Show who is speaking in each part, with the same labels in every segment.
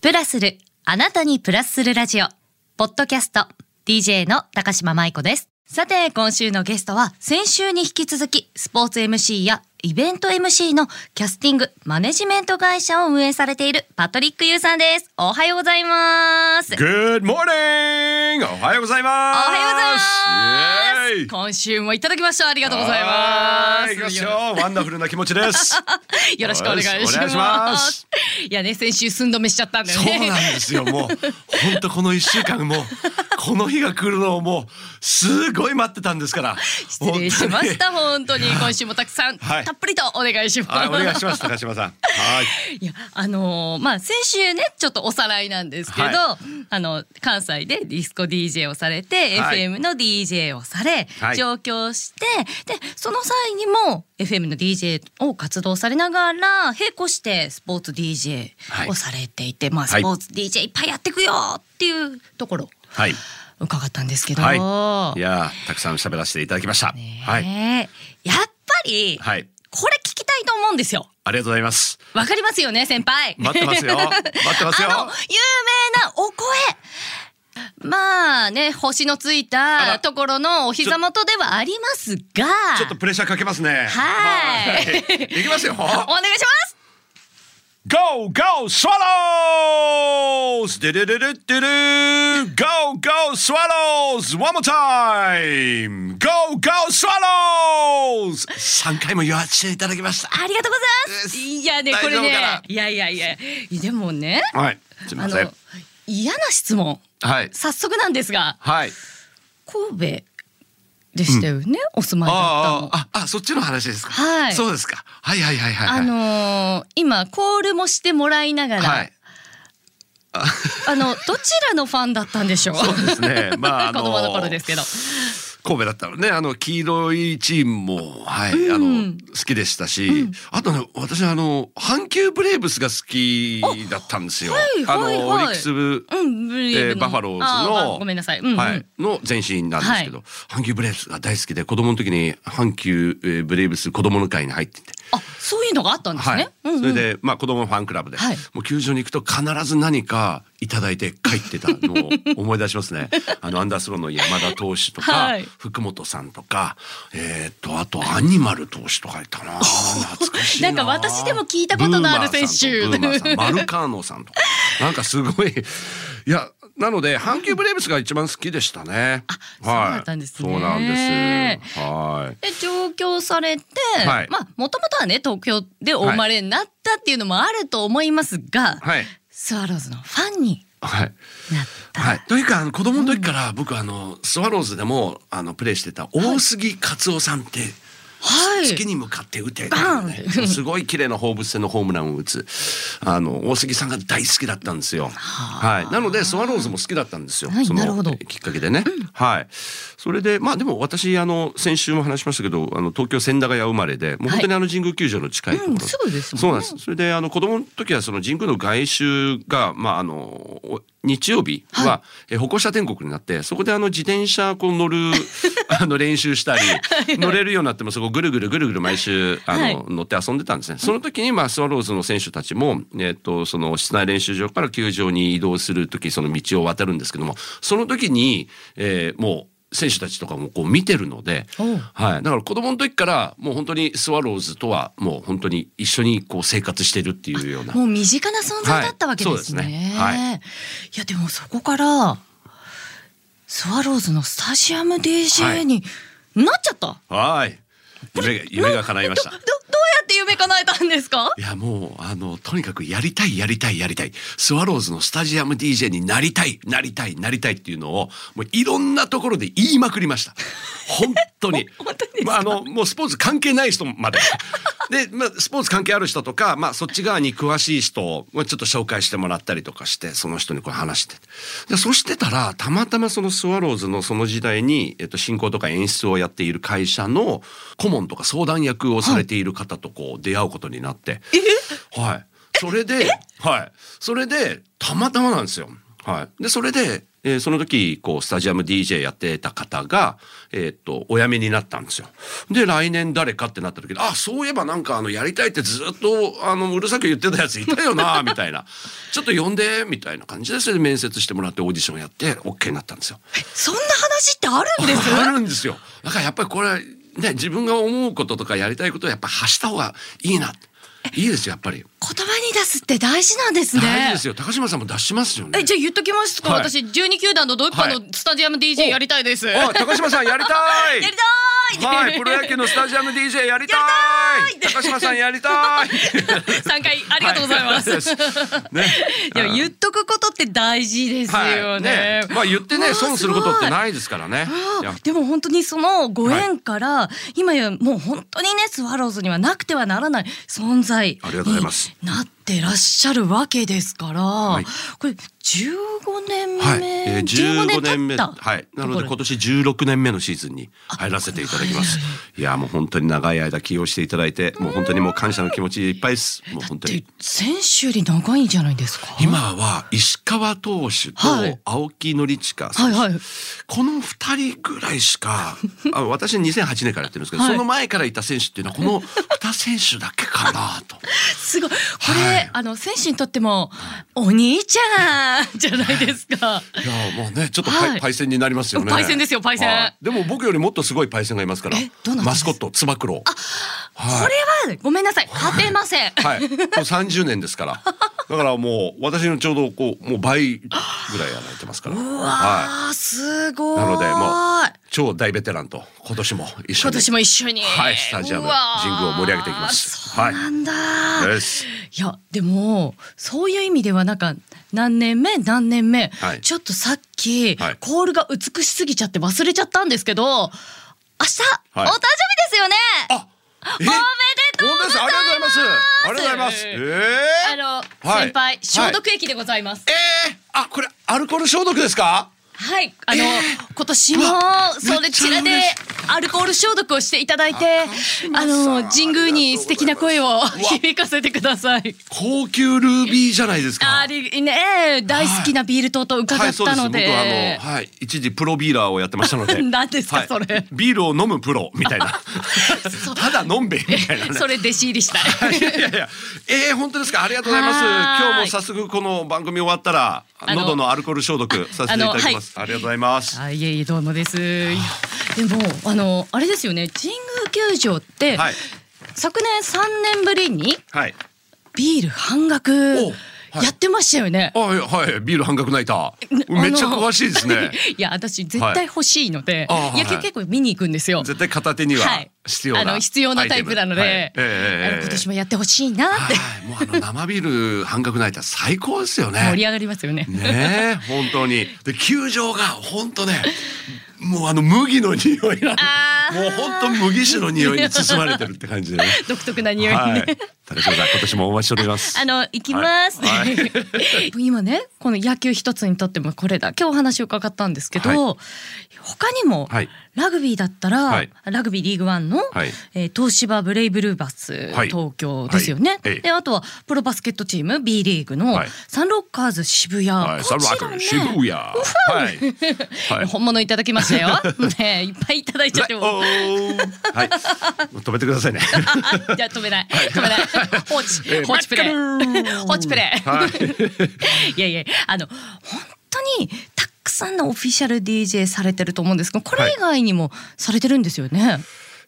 Speaker 1: プラスる、あなたにプラスするラジオ、ポッドキャスト、DJ の高島舞子です。さて、今週のゲストは、先週に引き続き、スポーツ MC やイベント MC のキャスティング、マネジメント会社を運営されているパトリック・ユーさんです。おはようございます。
Speaker 2: Good morning! おはようござい
Speaker 1: お
Speaker 2: ます
Speaker 1: はようございます
Speaker 2: イエーイ
Speaker 1: 今週もいただきました。ありがとうございます。
Speaker 2: はーい行きまし ょうワンダフルな気持ちです
Speaker 1: よろしくお願いします。
Speaker 2: お願いします
Speaker 1: いやね、先週寸止めしちゃったんだよ
Speaker 2: そう
Speaker 1: ね。
Speaker 2: なんですよもう本当この一週間もうこの日が来るのをもうすごい待ってたんですから
Speaker 1: 失礼しました本当に今週もたくさん、
Speaker 2: はい
Speaker 1: たっぷりとお願いします。
Speaker 2: 本当にはいお願いします高島さんはい
Speaker 1: いやあのーまあ先週ねちょっとおさらいなんですけど、
Speaker 2: は
Speaker 1: あの関西でディスコ DJ をされて、
Speaker 2: はい
Speaker 1: FM の DJ をされ、
Speaker 2: はい
Speaker 1: 上京してでその際にも FM の DJ を活動されながら並行してスポーツ DJ をされていて、まあ
Speaker 2: は
Speaker 1: ス
Speaker 2: い
Speaker 1: ポーツ DJ いっぱいやっていくよっていうところ
Speaker 2: はい
Speaker 1: 伺ったんですけど、
Speaker 2: はいいやーたくさん喋らせていただきました、
Speaker 1: ねえ
Speaker 2: はい
Speaker 1: やっぱり、
Speaker 2: はい
Speaker 1: これ聞きたいと思うんですよ。
Speaker 2: ありがとうございます
Speaker 1: わかりますよね、先輩。
Speaker 2: 待ってま すよ待ってますよ
Speaker 1: あの、有名なお声。まあね、星のつい
Speaker 2: あ
Speaker 1: た
Speaker 2: ら
Speaker 1: ところのお膝元ではありますが。
Speaker 2: ちょっとプレッシャーかけますね
Speaker 1: はい
Speaker 2: い行きますよ
Speaker 1: お願いします。
Speaker 2: Go Go Swallows! デデデデデデ Go Go Swallows! One more time! Go Go Swallows! 三回も言わせていただきました。
Speaker 1: ありがとうございま。
Speaker 2: ですす
Speaker 1: いやね、
Speaker 2: 大
Speaker 1: こ
Speaker 2: 丈夫
Speaker 1: れ
Speaker 2: か
Speaker 1: ね
Speaker 2: な、
Speaker 1: いやいやいや、でもね、
Speaker 2: はい。すみ
Speaker 1: あ
Speaker 2: ません
Speaker 1: の。、嫌な質問。
Speaker 2: はい。
Speaker 1: 早速なんですが、
Speaker 2: はい。
Speaker 1: 神戸でしたよね、お住まいだったの
Speaker 2: あ。あああそっちの話ですか。
Speaker 1: はい
Speaker 2: そうですか。はいはいはいはい。
Speaker 1: あのー今コールもしてもらいながら、
Speaker 2: はい。
Speaker 1: あのどちらのファンだったんでしょう。
Speaker 2: そうですね。まああ
Speaker 1: 子
Speaker 2: の
Speaker 1: 供の頃ですけど。
Speaker 2: 神戸だったのねあの黄色いチームも、はいあの好きでしたし、あとね私あの阪急ブレーブスが好きだったんですよ。
Speaker 1: はいはい
Speaker 2: あの
Speaker 1: はい
Speaker 2: オリックスブ、
Speaker 1: うん、ブ
Speaker 2: え
Speaker 1: リーブ
Speaker 2: ー
Speaker 1: の
Speaker 2: バファローズ
Speaker 1: あ
Speaker 2: の
Speaker 1: ごめんなさい。うん、うん
Speaker 2: はい、の前身なんですけど、阪急ブレーブスが大好きで子供の時に阪急、えーブレーブス子供の会に入ってて。
Speaker 1: あ、そういうのがあったんです
Speaker 2: はい
Speaker 1: ね。うんうん
Speaker 2: それで、まあ、子供のファンクラブで、
Speaker 1: はい
Speaker 2: もう球場に行くと必ず何かいただいて帰ってた のを思い出しますね。あのアンダースローの山田投手とか、
Speaker 1: はい
Speaker 2: 福本さんとか、えーっとあとアニマル投手とかいたな。懐かしいな。
Speaker 1: なんか私でも聞いたことのある選手
Speaker 2: ブーマーさんとブーマーさんマルカーノさんとか、なんかすごいいや。なので阪急ブレーブスが一番好きでしたね。
Speaker 1: あそうだったんですね
Speaker 2: そうなんです。はい。
Speaker 1: で上京されて、
Speaker 2: はい
Speaker 1: まあもともとはね東京でお生まれになったっていうのもあると思いますが、
Speaker 2: はい。
Speaker 1: スワローズのファンに
Speaker 2: はい。
Speaker 1: なった。
Speaker 2: はい、というかあの子供の時から僕あのスワローズでもあのプレーしてた大杉勝夫さんって
Speaker 1: はい。
Speaker 2: 月に向かって打てるね、すごい綺麗な放物線のホームランを打つあの大杉さんが大好きだったんですよ。はい、なのでスワローズも好きだったんですよ。
Speaker 1: はい
Speaker 2: その
Speaker 1: なるほど
Speaker 2: きっかけでね。はい。それでまあでも私あの先週も話しましたけどあの東京千駄ヶ谷生まれでもう本当にあの神宮球場の近いところ、
Speaker 1: うんすぐですもんね
Speaker 2: そうなんです。それであの子供の時はその神宮の外周がまああのお日曜日は、え歩行者天国になってそこであの自転車こう乗る あの練習したり乗れるようになってもそこぐるぐるぐるぐる毎週あの、
Speaker 1: はい
Speaker 2: 乗って遊んでたんですね。その時にまあスワローズの選手たちもえっ、とその室内練習場から球場に移動する時その道を渡るんですけどもその時に、えーもう選手たちとかもこう見てるので、
Speaker 1: おう
Speaker 2: はい、だから子供の時からもう本当にスワローズとはもう本当に一緒にこう生活してるっていうような
Speaker 1: もう身近な存在だったわけですね。
Speaker 2: はいそうですね
Speaker 1: い
Speaker 2: は、
Speaker 1: やでもそこからスワローズのスタジアム DJ になっちゃった。
Speaker 2: はい夢が夢が叶いました
Speaker 1: どどどうやって夢叶えたんですか？
Speaker 2: いやもうあのとにかくやりたいやりたいやりたいスワローズのスタジアム DJ になりたいなりたいなりたいっていうのをもういろんなところで言いまくりました本当に
Speaker 1: 本当にですか
Speaker 2: まああのもうスポーツ関係ない人ま でで、まあ、スポーツ関係ある人とか、まあ、そっち側に詳しい人をまあちょっと紹介してもらったりとかしてその人にこれ話してでそしてたらたまたまそのスワローズのその時代に、えっと、進行とか演出をやっている会社の顧問とか相談役をされている方とこう出会うことになって、はい。それで、はい。それで、たまたまなんですよ。はい、でそれで、えーその時こうスタジアム DJ やってた方が、えーっとお辞めになったんですよ。で来年誰かってなった時にあそういえばなんかあのやりたいってずっとあのうるさく言ってたやついたよ なみたいなちょっと呼んでみたいな感じでそれで面接してもらってオーディションやって OK になったんですよ。
Speaker 1: そんな話ってあるんです
Speaker 2: あるんですよ。だからやっぱりこれはね自分が思うこととかやりたいことをやっぱ発した方がいいな。いいですよやっぱり。
Speaker 1: 言葉に出すって大事なんですね
Speaker 2: 大事ですよ。高島さんも出しますよね。
Speaker 1: えじゃあ言っときますか、
Speaker 2: はい
Speaker 1: 私12球団のどっかの
Speaker 2: はい
Speaker 1: スタジアム DJ やりたいです、や
Speaker 2: おい高島さんやりた い。
Speaker 1: りたーい
Speaker 2: はい、プロ野球のスタジアム DJ やりたい。高島さんやりた い。
Speaker 1: 3回ありがとうございます、、
Speaker 2: はい ね。
Speaker 1: や言っとくことって大事ですよね,、
Speaker 2: はいまあ言って
Speaker 1: わ
Speaker 2: ね
Speaker 1: あ
Speaker 2: 損することっ
Speaker 1: ご
Speaker 2: て
Speaker 1: い
Speaker 2: ないですからね。いや
Speaker 1: あーでも本当にそのご縁から、今やもう本当にねスワローズにはなくてはならない存在に
Speaker 2: ありがとうございます
Speaker 1: なってらっしゃるわけですから、
Speaker 2: い
Speaker 1: これ15年目、
Speaker 2: はい、えー、
Speaker 1: 15年
Speaker 2: 15年
Speaker 1: 経
Speaker 2: 目、
Speaker 1: った
Speaker 2: はい、なの
Speaker 1: とこ
Speaker 2: で
Speaker 1: ろ
Speaker 2: 今年16年目のシーズンに入らせていただきます。いや、もう本当に長い間起用していただいて、もう本当にもう感謝の気持ちでいっぱいです。もう本当
Speaker 1: で
Speaker 2: に。
Speaker 1: 選手より長いんじゃないですか
Speaker 2: 今は石川投手
Speaker 1: はい
Speaker 2: と青木宣親選手、
Speaker 1: はいはい
Speaker 2: この2人ぐらいし かあ私2008年からやってるんですけど、
Speaker 1: はい
Speaker 2: その前からいた選手っていうのはこの2選手だけかな と
Speaker 1: すごいこれ、
Speaker 2: はい
Speaker 1: あの選手にとってもお兄ちゃんじゃないですか
Speaker 2: いやもうねちょっとパイ,、
Speaker 1: はい
Speaker 2: パイセンになりますよね
Speaker 1: パイセンですよパイセン
Speaker 2: はいでも僕よりもっとすごいパイセンがいますから
Speaker 1: えどうなったんです
Speaker 2: マスコットつば九郎はい
Speaker 1: これはごめんなさい勝てません、
Speaker 2: はい、もう30年です から。だからもう私のちょうどこうもう倍ぐらいやられてますから。
Speaker 1: う
Speaker 2: は
Speaker 1: わーすごい
Speaker 2: なのでもうい。超大ベテランと今年も一緒
Speaker 1: 今
Speaker 2: に。
Speaker 1: 年も一緒に、
Speaker 2: はいスタジアム
Speaker 1: うわー
Speaker 2: 神宮を盛り上げていきます
Speaker 1: そうなんだ、
Speaker 2: です。
Speaker 1: いやでもそういう意味ではなんか何年目何年目、
Speaker 2: はい
Speaker 1: ちょっとさっき、
Speaker 2: はい
Speaker 1: コールが美しすぎちゃって忘れちゃったんですけど明日、
Speaker 2: はい
Speaker 1: お誕生日ですよね
Speaker 2: あ、え、
Speaker 1: おめでとう
Speaker 2: 本当です。ありがとうございます。ありがとうございます。え
Speaker 1: あ
Speaker 2: えー。
Speaker 1: の、
Speaker 2: はい
Speaker 1: 先輩消毒液でございます
Speaker 2: え。えー、あ、これアルコール消毒ですか？
Speaker 1: はい、あの、
Speaker 2: え
Speaker 1: 今年も
Speaker 2: うわ
Speaker 1: それ
Speaker 2: めっちゃ
Speaker 1: ちらで
Speaker 2: 嬉しい
Speaker 1: アルコール消毒をしていただいて、あの神宮に素敵な声を 響かせてください。
Speaker 2: 高級ルービーじゃないですか。
Speaker 1: ありね大好きなビール等と伺
Speaker 2: は
Speaker 1: っ
Speaker 2: い、そうで
Speaker 1: た
Speaker 2: す。
Speaker 1: の
Speaker 2: 僕は
Speaker 1: で
Speaker 2: あ。のはい一時プロビーラーをやってました ので。
Speaker 1: 何ですか
Speaker 2: はい
Speaker 1: それ
Speaker 2: ビールを飲むプロみたいな。 ただ飲んべえみたいなね。
Speaker 1: それ弟子入りしたい。
Speaker 2: いやいやいや、えー、本当ですか。ありがとうございます。
Speaker 1: はーい
Speaker 2: 今日も早速この番組終わったら、
Speaker 1: あの
Speaker 2: 喉のアルコール消毒させていただきます。ありがとうございます。
Speaker 1: あいえいえどうもです。いやでもあのあれですよね神宮球場って、
Speaker 2: はい
Speaker 1: 昨年三年ぶりに
Speaker 2: はい。
Speaker 1: ビール半額
Speaker 2: おはい
Speaker 1: やってましたよね。
Speaker 2: あ、はい、はい、ビール半額ナイター。めっちゃ詳しいですね。
Speaker 1: いや私絶対欲しいので、
Speaker 2: あはい
Speaker 1: 野球結構見に行くんですよ。
Speaker 2: 絶対片手には必要な、
Speaker 1: あの必要なタイプなので、
Speaker 2: アイテムはいえ
Speaker 1: あの
Speaker 2: ー
Speaker 1: 今年もやってほしいなって、
Speaker 2: はい、もうあの生ビール半額ナイター最高ですよね。
Speaker 1: 盛り上がりますよね。
Speaker 2: ねえ本当にで球場が本当ねもうあの麦の匂いな
Speaker 1: あー
Speaker 2: のもう本当麦酒の匂いに包まれてるって感じでね。
Speaker 1: 独特な 匂いね。
Speaker 2: はい、高島さん今年もお待ちしております。
Speaker 1: あの行きます、
Speaker 2: はいは
Speaker 1: 今ねこの野球一つにとってもこれだけお話を伺ったんですけど、
Speaker 2: は
Speaker 1: 他にも、
Speaker 2: はい
Speaker 1: ラグビーだったら、
Speaker 2: はい
Speaker 1: ラグビーリーグワンの、
Speaker 2: はい
Speaker 1: えー東芝ブレイブルーバス
Speaker 2: はい
Speaker 1: 東京ですよね、
Speaker 2: はいええ
Speaker 1: であとはプロバスケットチーム B リーグの、
Speaker 2: はい
Speaker 1: サンロッカーズ渋谷、
Speaker 2: はい、
Speaker 1: こ
Speaker 2: サンロ
Speaker 1: ち
Speaker 2: ッ
Speaker 1: ら
Speaker 2: ク
Speaker 1: ね
Speaker 2: 渋谷。 はい。はい。
Speaker 1: 本物いただきました よ。ねえ、いっぱいいただいちゃっても。
Speaker 2: おーはい。止めてくださ いね。
Speaker 1: あじゃあ止めない。止め ない。放置。
Speaker 2: えー
Speaker 1: 放置プレイ。
Speaker 2: マッカル
Speaker 1: 放置プレイ。
Speaker 2: はい。
Speaker 1: いやいや、あの、本当にたくさんのオフィシャル DJ されてると思うんですけど、これ以外にもされてるんですよね。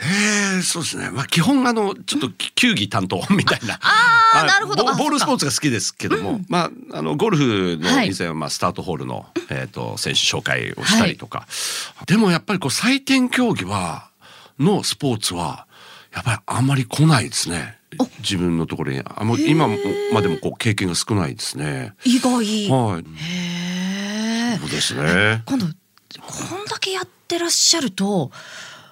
Speaker 2: えー、そうですね。まあ基本あのちょっと球技担当みたいな。
Speaker 1: あー
Speaker 2: はい
Speaker 1: なるほど
Speaker 2: ボ
Speaker 1: あ
Speaker 2: ボールスポーツが好きですけども、まああのゴルフの以前はまあスタートホールの、えっ、と選手紹介をしたりとか。でもやっぱりこう採点競技はのスポーツはやっぱりあんまり来ないですね。自分のところにあんまり今もまでもこう経験が少ないですね。
Speaker 1: 意外。
Speaker 2: はい。
Speaker 1: へえ
Speaker 2: そうですね。
Speaker 1: 今度、こんだけやってらっしゃると、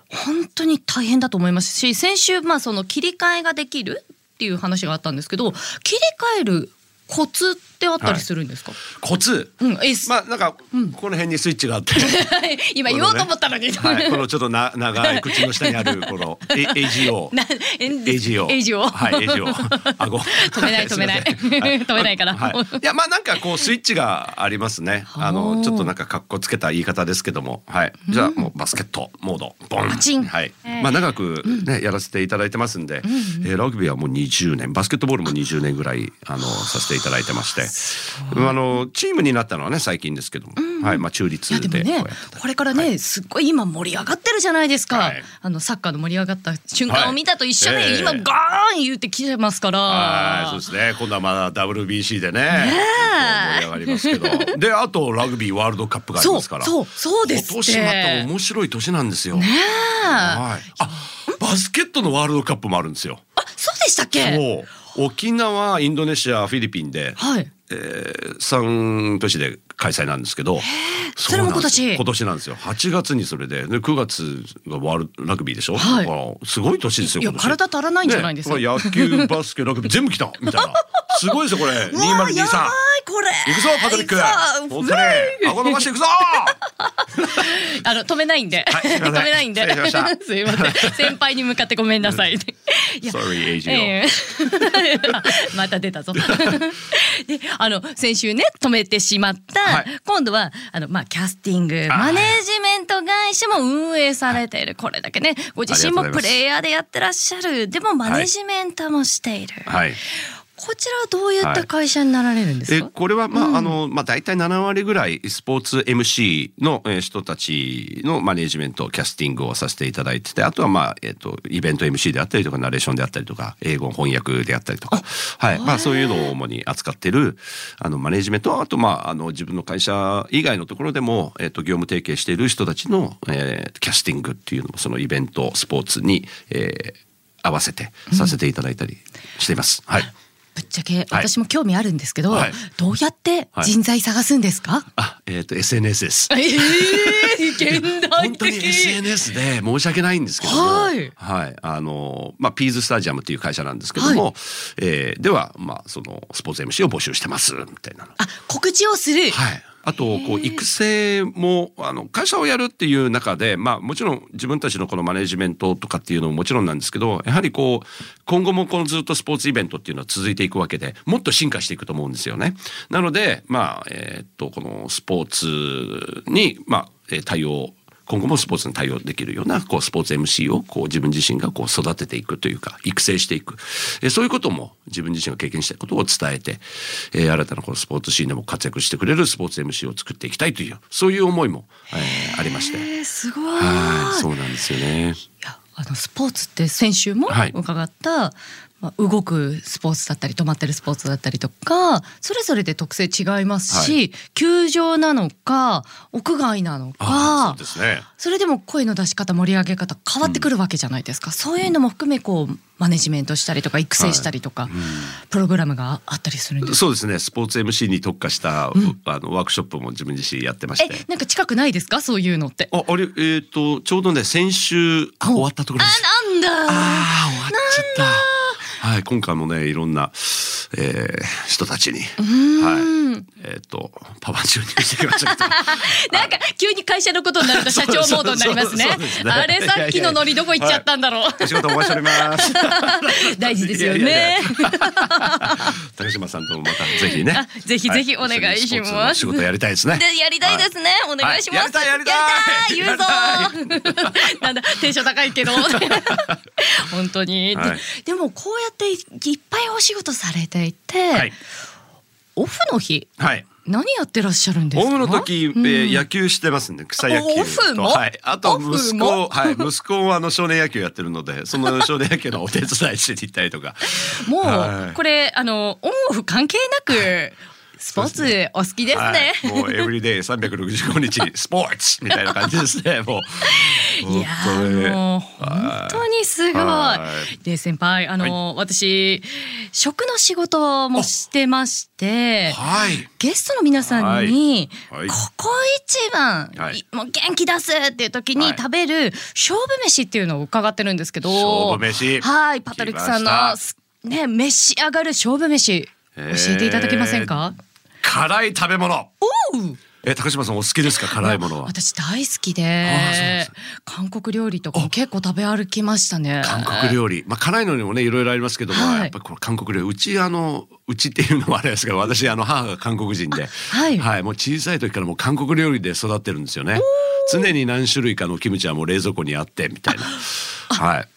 Speaker 1: 本当に大変だと思いますし、先週、まあその切り替えができるっていう話があったんですけど、切り替えるコツってあったりするんですか。
Speaker 2: コツ
Speaker 1: うん、えす、
Speaker 2: まあなんかこの辺にスイッチがあって、
Speaker 1: 今言おうと思ったのに。
Speaker 2: はい、このちょっとな長い口の下にあるこの A- AGO
Speaker 1: なえん
Speaker 2: AGO
Speaker 1: エイジを
Speaker 2: はい AGO 顎
Speaker 1: 止め ない止めない 止めないから
Speaker 2: はい、いやまあなんかこうスイッチがありますねあ
Speaker 1: おー
Speaker 2: のちょっとなんか格好つけた言い方ですけどもはいじゃあもうバスケットモードボン
Speaker 1: パチン
Speaker 2: はい
Speaker 1: えー
Speaker 2: まあ長くね、やらせていただいてますんで、えーラグビーはもう20年バスケットボールも20年ぐらいあのさせていただいてましてあのチームになったのはね最近ですけども、はいまあ中
Speaker 1: い
Speaker 2: 立
Speaker 1: や
Speaker 2: で
Speaker 1: でもね
Speaker 2: こうやって
Speaker 1: これからね、すっごい今盛り上がってるじゃないですか、
Speaker 2: はい
Speaker 1: あのサッカーの盛り上がった瞬間を見たと一緒で、
Speaker 2: はいええ
Speaker 1: 今ガーン言ってきてますから
Speaker 2: はい、そうですね。今度はまだ WBC でね、盛り上がります けど、であとラグビーワールドカップがあり
Speaker 1: そう
Speaker 2: ますから、
Speaker 1: そうそうです
Speaker 2: 今
Speaker 1: っ
Speaker 2: 年ま
Speaker 1: て
Speaker 2: た面白い年なんですよ。
Speaker 1: ねえ
Speaker 2: はい。あ、バスケットのワールドカップもあるんですよ。
Speaker 1: あそうでしたっけ
Speaker 2: そう沖縄、インドネシア、フィリピンで、
Speaker 1: はい
Speaker 2: えー、3都市で開催なんですけど、うなんです
Speaker 1: それも今年
Speaker 2: よ今年なんですよ。8月にそれで、で9月がワールドラグビーでしょ。
Speaker 1: はい
Speaker 2: だからすごい年ですよ。
Speaker 1: いや
Speaker 2: 今年
Speaker 1: 体足らないんじゃないんですか、
Speaker 2: ね野球、バスケ、ラグビー全部来た みたいな。すごいですよこれ。
Speaker 1: うわーや
Speaker 2: 2023。
Speaker 1: ばいこれ
Speaker 2: 行くぞパトリック。
Speaker 1: 行くぞ
Speaker 2: 本当に顎伸ばしていくぞ。
Speaker 1: あの止めないんで、
Speaker 2: はいすいませ
Speaker 1: 止
Speaker 2: ん
Speaker 1: めないんで
Speaker 2: 失礼しまし
Speaker 1: すいません先輩に向かってごめんな さいいや
Speaker 2: Sorry, AGO
Speaker 1: え えまた出 たぞであの先週ね止めてしまった、
Speaker 2: はい
Speaker 1: 今度はあのまあキャスティング
Speaker 2: あー
Speaker 1: マネージメント会社も運営されている、これだけねご自身も
Speaker 2: ありがと
Speaker 1: プ
Speaker 2: うございま
Speaker 1: レ
Speaker 2: す
Speaker 1: イヤーでやってらっしゃるでもマネージメントもしている、
Speaker 2: はい。
Speaker 1: こちらはどういった会社になられるんです
Speaker 2: え
Speaker 1: か、
Speaker 2: これはまあ、あのまあ大体7割ぐらいスポーツ MC のえー人たちのマネージメントキャスティングをさせていただいててあとはまあえっ、とイベント MC であったりとかナレーションであったりとか英語翻訳であったりとかはいまあそういうのを主に扱ってるあのマネージメントあとまああの自分の会社以外のところでもえっ、と業務提携している人たちの、えーキャスティングっていうのもそのイベントスポーツに、えー合わせてさせていただいたりしています。はい。
Speaker 1: ぶっちゃけ私も興味あるんですけど、
Speaker 2: はい
Speaker 1: どうやって人材探すんですか、
Speaker 2: あ、えっ、と SNS です。
Speaker 1: ええ現代
Speaker 2: 本当に SNS で申し訳ないんですけども、
Speaker 1: はい
Speaker 2: あのまあピーズスタジアムっていう会社なんですけども、
Speaker 1: は
Speaker 2: えーではまあそのスポーツ MC を募集してますみたいなの。
Speaker 1: あ、告知をする。
Speaker 2: はい。あとこう育成もあの会社をやるっていう中で、まあ、もちろん自分たちのこのマネジメントとかっていうのももちろんなんですけどやはりこう今後もこのずっとスポーツイベントっていうのは続いていくわけでもっと進化していくと思うんですよね。なので、まあえーっとこのスポーツに、まあえー対応今後もスポーツに対応できるようなこうスポーツ MC をこう自分自身がこう育てていくというか育成していくえーそういうことも自分自身が経験したことを伝えて、えー新たなこのスポーツシーンでも活躍してくれるスポーツ MC を作っていきたいというそういう思いも、えーありまして
Speaker 1: えー、すごい。い
Speaker 2: はいそうなんですよね。
Speaker 1: や、あのスポーツって先週も
Speaker 2: はい
Speaker 1: 伺った。まあ、動くスポーツだったり止まってるスポーツだったりとかそれぞれで特性違いますし、
Speaker 2: は
Speaker 1: 球場なのか屋外なの
Speaker 2: あ
Speaker 1: か
Speaker 2: ーそうですね
Speaker 1: それでも声の出し方盛り上げ方変わってくるわけじゃないですか、そういうのも含めこうマネジメントしたりとか育成したりとか、プログラムがあったりするんですか
Speaker 2: そうですねスポーツ MC に特化した、あのワークショップも自分自身やってまして
Speaker 1: えなんか近くないですかそういうのって。
Speaker 2: ああれえーっ、とちょうどね先週あ終わったところです。
Speaker 1: あなんだ
Speaker 2: ああ終わっちゃった。はい今回もねいろんな、えー、人たちに、はいえっ、とパワー注入してきました けど
Speaker 1: なんか急に会社のことになると社長モードになりますね
Speaker 2: そうそうそうそうです。ね
Speaker 1: あれさっきのノリどこ行っちゃったんだろう。
Speaker 2: お仕事お待ちしております。
Speaker 1: 大事ですよね。
Speaker 2: いやいやいや。 高島さんともまたぜひね
Speaker 1: あ。ぜひぜひお願いします
Speaker 2: はい一緒にスポーツの仕事やりたいですね。
Speaker 1: でやりたいですね、お願いします。
Speaker 2: はいやりたいやりたい
Speaker 1: やりたい言うぞ。なんだテンション高い けど本当に、で
Speaker 2: はい
Speaker 1: でもこうやっていっぱいお仕事されていて、
Speaker 2: はい
Speaker 1: オフの日
Speaker 2: はい。
Speaker 1: 何やってらっしゃるんですか。
Speaker 2: オフの時、えー野球してますんで草野
Speaker 1: お
Speaker 2: 球
Speaker 1: オフ
Speaker 2: と
Speaker 1: も
Speaker 2: はい、あと
Speaker 1: オフ
Speaker 2: 息
Speaker 1: も
Speaker 2: 子はい息子はあの少年野球やってるのでその少年野球のお手伝いしていったりとか
Speaker 1: もう、
Speaker 2: はい
Speaker 1: これあのオンオフ関係なくスポー
Speaker 2: そ
Speaker 1: ツお好きですね。
Speaker 2: はい、もうエブリデイ三百六十五日スポーツみたいな感じで すね。もう。
Speaker 1: いやーもう本当にすごい
Speaker 2: は。
Speaker 1: で先輩あの、私食の仕事もしてまして。
Speaker 2: はい。
Speaker 1: ゲストの皆さんに、
Speaker 2: はいはい
Speaker 1: ここ一番、
Speaker 2: はい
Speaker 1: いもう元気出すっていう時に
Speaker 2: はい
Speaker 1: 食べる勝負飯っていうのを伺ってるんですけど
Speaker 2: 勝負飯
Speaker 1: はいパトリックさんの
Speaker 2: 来ました
Speaker 1: すね召し上がる勝負飯教えていただけませんか
Speaker 2: 辛い食べ物
Speaker 1: おう
Speaker 2: え高島さんお好きですか辛いものは
Speaker 1: 私大好き
Speaker 2: あそうで
Speaker 1: です韓国料理とかも結構食べ歩きましたね
Speaker 2: 韓国料理、まあ、辛いのにもねいろいろありますけども、
Speaker 1: はい
Speaker 2: やっぱりこの韓国料理うちあのうちっていうのもあれですけど私あの母が韓国人で、
Speaker 1: はい
Speaker 2: もう小さい時からもう韓国料理で育ってるんですよね常に何種類かのキムチはもう冷蔵庫にあってみたいなはい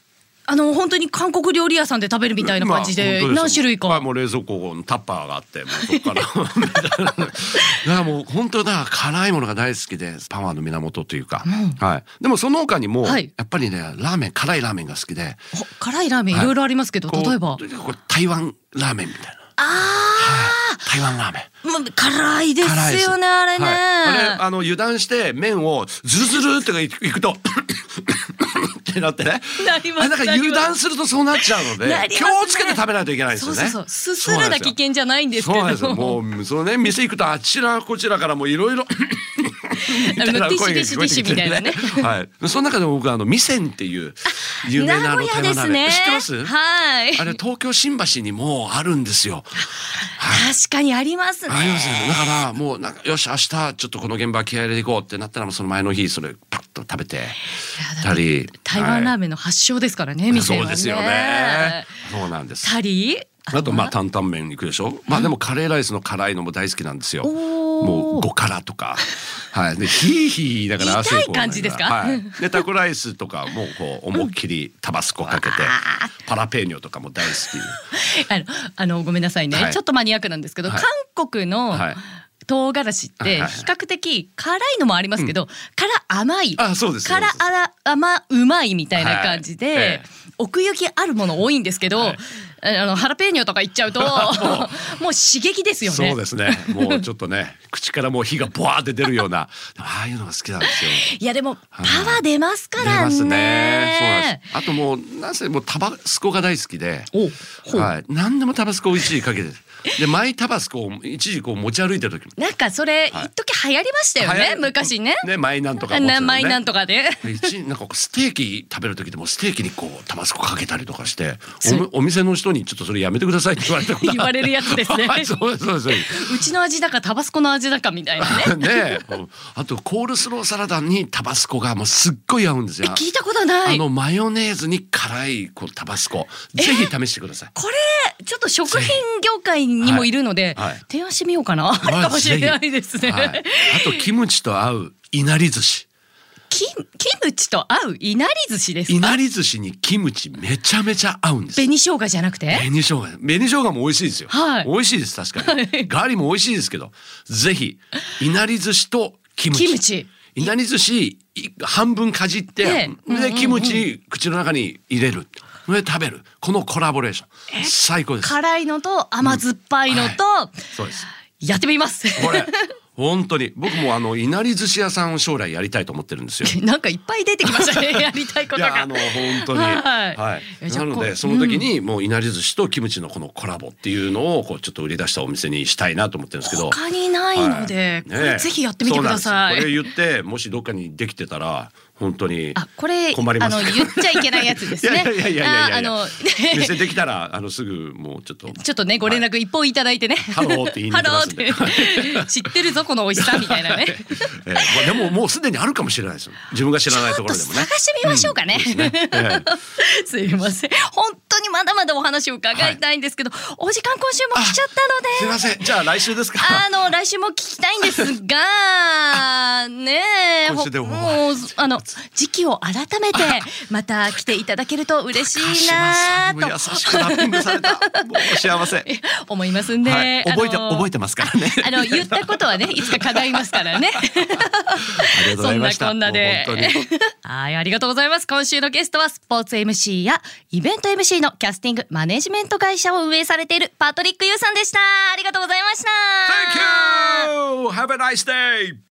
Speaker 1: あの本当に韓国料理屋さんで食べるみたいな感じで
Speaker 2: まあ本当
Speaker 1: 何
Speaker 2: す
Speaker 1: 種類
Speaker 2: ま
Speaker 1: か
Speaker 2: あもう冷蔵庫のタッパーがあってもう そこからだからもう本当だ辛いものが大好きでパワーの源というか、はい、でもその他にも、
Speaker 1: はい
Speaker 2: やっぱりねラーメン辛いラーメンが好きで
Speaker 1: お辛いラーメンいろいろありますけど
Speaker 2: こう
Speaker 1: 例えば
Speaker 2: とにかくこれ台湾ラーメンみたいな
Speaker 1: あ
Speaker 2: 台湾ラーメン
Speaker 1: ーもう辛いです
Speaker 2: 辛い
Speaker 1: よねあれね
Speaker 2: はいあれあの油断して麺をズルズルっていくと ってなってね
Speaker 1: なります
Speaker 2: あれなんか
Speaker 1: なります
Speaker 2: 油断するとそうなっちゃうので、
Speaker 1: なります
Speaker 2: 気
Speaker 1: ね
Speaker 2: をつけて食べないといけないんです
Speaker 1: そ
Speaker 2: よ
Speaker 1: う
Speaker 2: ね
Speaker 1: そうそうすするだ危険じゃないんです
Speaker 2: そう
Speaker 1: け
Speaker 2: なんです
Speaker 1: ど
Speaker 2: よ。もう、そのね、店行くと、あちらこちらからもうい ろいろ。
Speaker 1: あのティッシュティッシュティッシュみたいな ね。
Speaker 2: はい。その中でも僕、あの、ミセンっていう。有名なあ
Speaker 1: 名
Speaker 2: の
Speaker 1: 古
Speaker 2: 台
Speaker 1: 屋
Speaker 2: 湾
Speaker 1: で
Speaker 2: ラー
Speaker 1: す
Speaker 2: メン。
Speaker 1: ね
Speaker 2: 知ってます。
Speaker 1: はい
Speaker 2: あれ、東京新橋にもあるんですよ。
Speaker 1: 確かにありますね
Speaker 2: ありますよね。だから、もう、なんか、よし、明日、ちょっとこの現場気合い入れていこうってなったら、もうその前の日、それ、パッと食べて。たり。
Speaker 1: 台湾ラー
Speaker 2: メ
Speaker 1: メンの発祥ですからね店は
Speaker 2: そ
Speaker 1: ね
Speaker 2: うですよね。そうなんです。
Speaker 1: タリー
Speaker 2: あとまあ担々麺いくでしょ。まあでもカレーライスの辛いのも大好きなんですよ。
Speaker 1: おー
Speaker 2: もう五辛とか、はい。でヒーヒーだから汗こ
Speaker 1: 痛
Speaker 2: う
Speaker 1: い感じですか
Speaker 2: はい。でタコライスとかもこう思いっきりタバスコかけて、パラペーニョとかも大好き。
Speaker 1: あのあのごめんなさいね、
Speaker 2: はい
Speaker 1: ちょっとマニアックなんですけど、
Speaker 2: はい
Speaker 1: 韓国の
Speaker 2: はい
Speaker 1: 唐辛子っ
Speaker 2: はい
Speaker 1: て
Speaker 2: はい
Speaker 1: 比較的辛いのもありますけど、辛甘い
Speaker 2: あそうです
Speaker 1: 辛
Speaker 2: そうです
Speaker 1: あら甘うまいみたいな感じで、
Speaker 2: はいええ
Speaker 1: 奥行きあるもの多いんですけど、
Speaker 2: はい
Speaker 1: あのハラペーニョとかいっちゃ うともう刺激ですよね。
Speaker 2: そうですね。もうちょっとね口からもう火がボワーって出るようなああいうのが好きなんですよ。
Speaker 1: いやでもパ
Speaker 2: い
Speaker 1: ワー出ますからね。
Speaker 2: 出ますね。そうなんです。あともうなぜもうタバスコが大好きで。
Speaker 1: おほう
Speaker 2: はい。何でもタバスコを一時かけてる。でマイタバスコを一時こう持ち歩いてる時も。
Speaker 1: なんかそれ、
Speaker 2: はい
Speaker 1: 一時流行りましたよ
Speaker 2: 流行
Speaker 1: ね
Speaker 2: る
Speaker 1: 昔ね。
Speaker 2: ねマイなんとか持つのね
Speaker 1: 名前なんとか で。
Speaker 2: 一なんかこうステーキ食べる時でもステーキにこうタバスコかけたりとかして
Speaker 1: それ
Speaker 2: おお店の人にちょっとそれやめてくださいって言われたことある
Speaker 1: 言われるやつですね
Speaker 2: はい そうですそうですそうです
Speaker 1: うちの味だかタバスコの味だかみたいなね。
Speaker 2: ねえあとコールスローサラダにタバスコがもうすっごい合うんです
Speaker 1: え
Speaker 2: よ
Speaker 1: 聞いたことな
Speaker 2: あ
Speaker 1: い。
Speaker 2: のマヨネーズに辛いこうタバスコぜひ試してください
Speaker 1: これちょっと食品業界にもいるので、
Speaker 2: はいはい
Speaker 1: 提案してみようかな、
Speaker 2: はい
Speaker 1: かもしれないですね。
Speaker 2: はいあとキムチと合ういなり寿司
Speaker 1: キキムチと合ういなり寿司です
Speaker 2: い
Speaker 1: か。
Speaker 2: なり寿司にキムチめちゃめちゃ合うんですよ
Speaker 1: 紅生姜じゃなくて。
Speaker 2: 紅生姜紅生姜も美味しいですよ、
Speaker 1: はい
Speaker 2: 美味しいです確かに、
Speaker 1: はい
Speaker 2: ガリも美味しいですけどぜひいなり寿司とキムチ
Speaker 1: キムチ
Speaker 2: いなり寿司い半分かじって、
Speaker 1: ねうんうんう
Speaker 2: で
Speaker 1: ん
Speaker 2: キムチ口の中に入れるで食べるこのコラボレーション最高です
Speaker 1: 辛いのと甘酸っぱいのと、
Speaker 2: そうです
Speaker 1: やってみます。
Speaker 2: これ本当に僕もあのいなり寿司屋さんを将来やりたいと思ってるんですよ
Speaker 1: なんかいっぱい出てきました ね。やりたいこと
Speaker 2: い
Speaker 1: が。
Speaker 2: やあの本当に
Speaker 1: は
Speaker 2: はいい、
Speaker 1: えじゃあ
Speaker 2: なの
Speaker 1: こう
Speaker 2: でその時にもういなり寿司とキムチのこのコラボっていうのをこうちょっと売り出したお店にしたいなと思ってるんですけど
Speaker 1: 他にないので、
Speaker 2: はい
Speaker 1: これ
Speaker 2: ね
Speaker 1: ぜひやってみてください。
Speaker 2: そうなんですこれ言ってもしどっかにできてたら本当に
Speaker 1: あ、これ、
Speaker 2: 困り
Speaker 1: あ
Speaker 2: ます
Speaker 1: の、言っちゃいけないやつです
Speaker 2: い
Speaker 1: ね。
Speaker 2: やいやいやいやいや
Speaker 1: あ
Speaker 2: いや
Speaker 1: の、
Speaker 2: 店できたらあのすぐもうちょっと
Speaker 1: ちょっとね、ご連絡一本いただいてね。
Speaker 2: ハローって言いに行きますんで
Speaker 1: ハローって知ってるぞ、この美味しさみたいなね。
Speaker 2: ええまあでももうすでにあるかもしれないですよ自分が知らないところでもね
Speaker 1: ちょっと探してみましょうかね。
Speaker 2: うんそうですねえ
Speaker 1: すいません、本当にまだまだお話を伺いたいんですけど、お時間今週も来ちゃったので。
Speaker 2: すいませんじゃあ来週ですか
Speaker 1: あの来週も聞きたいんですが、ねえ、
Speaker 2: 今週で
Speaker 1: ほ
Speaker 2: も
Speaker 1: もうあの時期を改めてまた来ていただけると嬉しいな
Speaker 2: 高
Speaker 1: と
Speaker 2: 島さんも優しくラッピングされたもう幸せ、
Speaker 1: 思いますんで、
Speaker 2: はい、覚えて
Speaker 1: あの
Speaker 2: 覚えてます からね
Speaker 1: あの言ったことは ね、いつか叶いますからね。
Speaker 2: ありがとうございました
Speaker 1: そんなこんなで
Speaker 2: もう 本当に
Speaker 1: はい、ありがとうございます。今週のゲストはスポーツ MC やイベント MC のキャスティングマネジメント会社を運営されているパトリックユーさんでした。ありがとうございました。
Speaker 2: Thank you! Have a nice day!